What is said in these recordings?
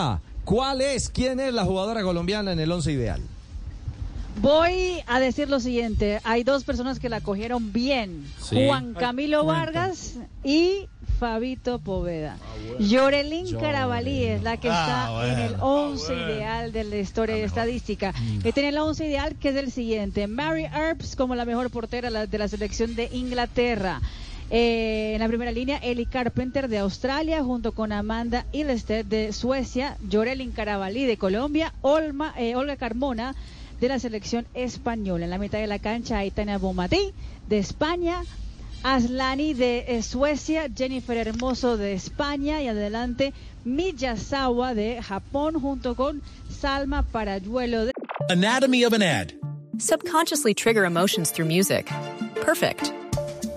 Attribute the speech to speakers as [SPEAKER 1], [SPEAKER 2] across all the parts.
[SPEAKER 1] Ah, ¿Cuál es, quién es la jugadora colombiana en el once ideal?
[SPEAKER 2] Voy a decir lo siguiente, hay dos personas que la cogieron bien,
[SPEAKER 1] Sí.
[SPEAKER 2] Juan Camilo
[SPEAKER 1] Ay, un momento.
[SPEAKER 2] Vargas y Fabito Poveda. Ah, Yorelín Ah, Carabalí es la que está en el 11 ideal de la Mm. historia de estadística. Que tiene el 11 ideal que es el siguiente, Mary Earps como la mejor portera la- de la selección de Inglaterra. Eh, en la primera línea, Ellie Carpenter de Australia, junto con Amanda Ilestead de Suecia, Yorelin Carabalí de Colombia, Olma- eh, Olga Carmona de la selección española. En la mitad de la cancha hay Tania Bomatí de España, Aslani de eh, Suecia, Jennifer Hermoso de España y adelante Miyazawa de Japón junto con Salma Parayuelo de
[SPEAKER 3] Anatomy of an ad.
[SPEAKER 4] Subconsciously trigger emotions through music. Perfect.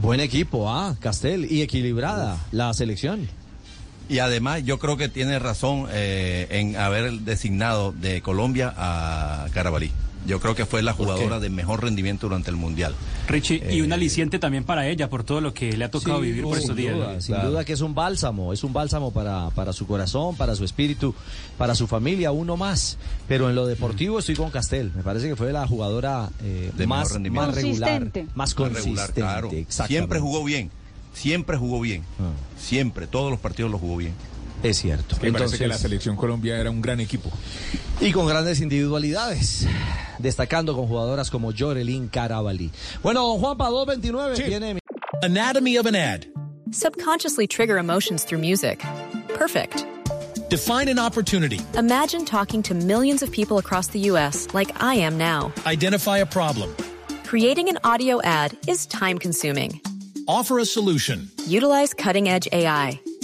[SPEAKER 1] Buen equipo, ah, Castel, y equilibrada la selección.
[SPEAKER 5] Y además yo creo que tiene razón eh, en haber designado de Colombia a Carabalí. Yo creo que fue la jugadora de mejor rendimiento durante el Mundial.
[SPEAKER 6] Richie, y un aliciente también para ella por todo lo que le ha tocado vivir por estos días.
[SPEAKER 1] duda,
[SPEAKER 6] ¿no?
[SPEAKER 1] Eh, sin
[SPEAKER 5] Claro.
[SPEAKER 1] duda que es un bálsamo, es un bálsamo para, para su corazón, para su espíritu, para su familia, uno más. Pero en lo deportivo estoy con Castel, me parece que fue la jugadora eh,
[SPEAKER 5] De
[SPEAKER 1] más,
[SPEAKER 5] mejor rendimiento.
[SPEAKER 1] más regular,
[SPEAKER 2] Consistente.
[SPEAKER 1] más
[SPEAKER 5] Regular,
[SPEAKER 1] consistente.
[SPEAKER 5] claro.
[SPEAKER 1] exactamente.
[SPEAKER 5] Siempre jugó bien, siempre jugó bien,
[SPEAKER 1] Ah.
[SPEAKER 5] siempre, todos los partidos lo jugó bien.
[SPEAKER 1] Es cierto.
[SPEAKER 7] Me parece que la
[SPEAKER 1] Entonces-
[SPEAKER 7] selección Colombia era un gran equipo.
[SPEAKER 1] Y con grandes individualidades, destacando con jugadoras como Jorelín Carabalí. Bueno, don Juanpa, 229 viene mi-
[SPEAKER 3] Anatomy of an ad.
[SPEAKER 4] Subconsciously trigger emotions through music. Perfect.
[SPEAKER 3] Define an opportunity.
[SPEAKER 4] Imagine talking to millions of people across the U.S. like I am now.
[SPEAKER 3] Identify a problem.
[SPEAKER 4] Creating an audio ad is time consuming.
[SPEAKER 3] Offer a solution.
[SPEAKER 4] Utilize cutting edge AI.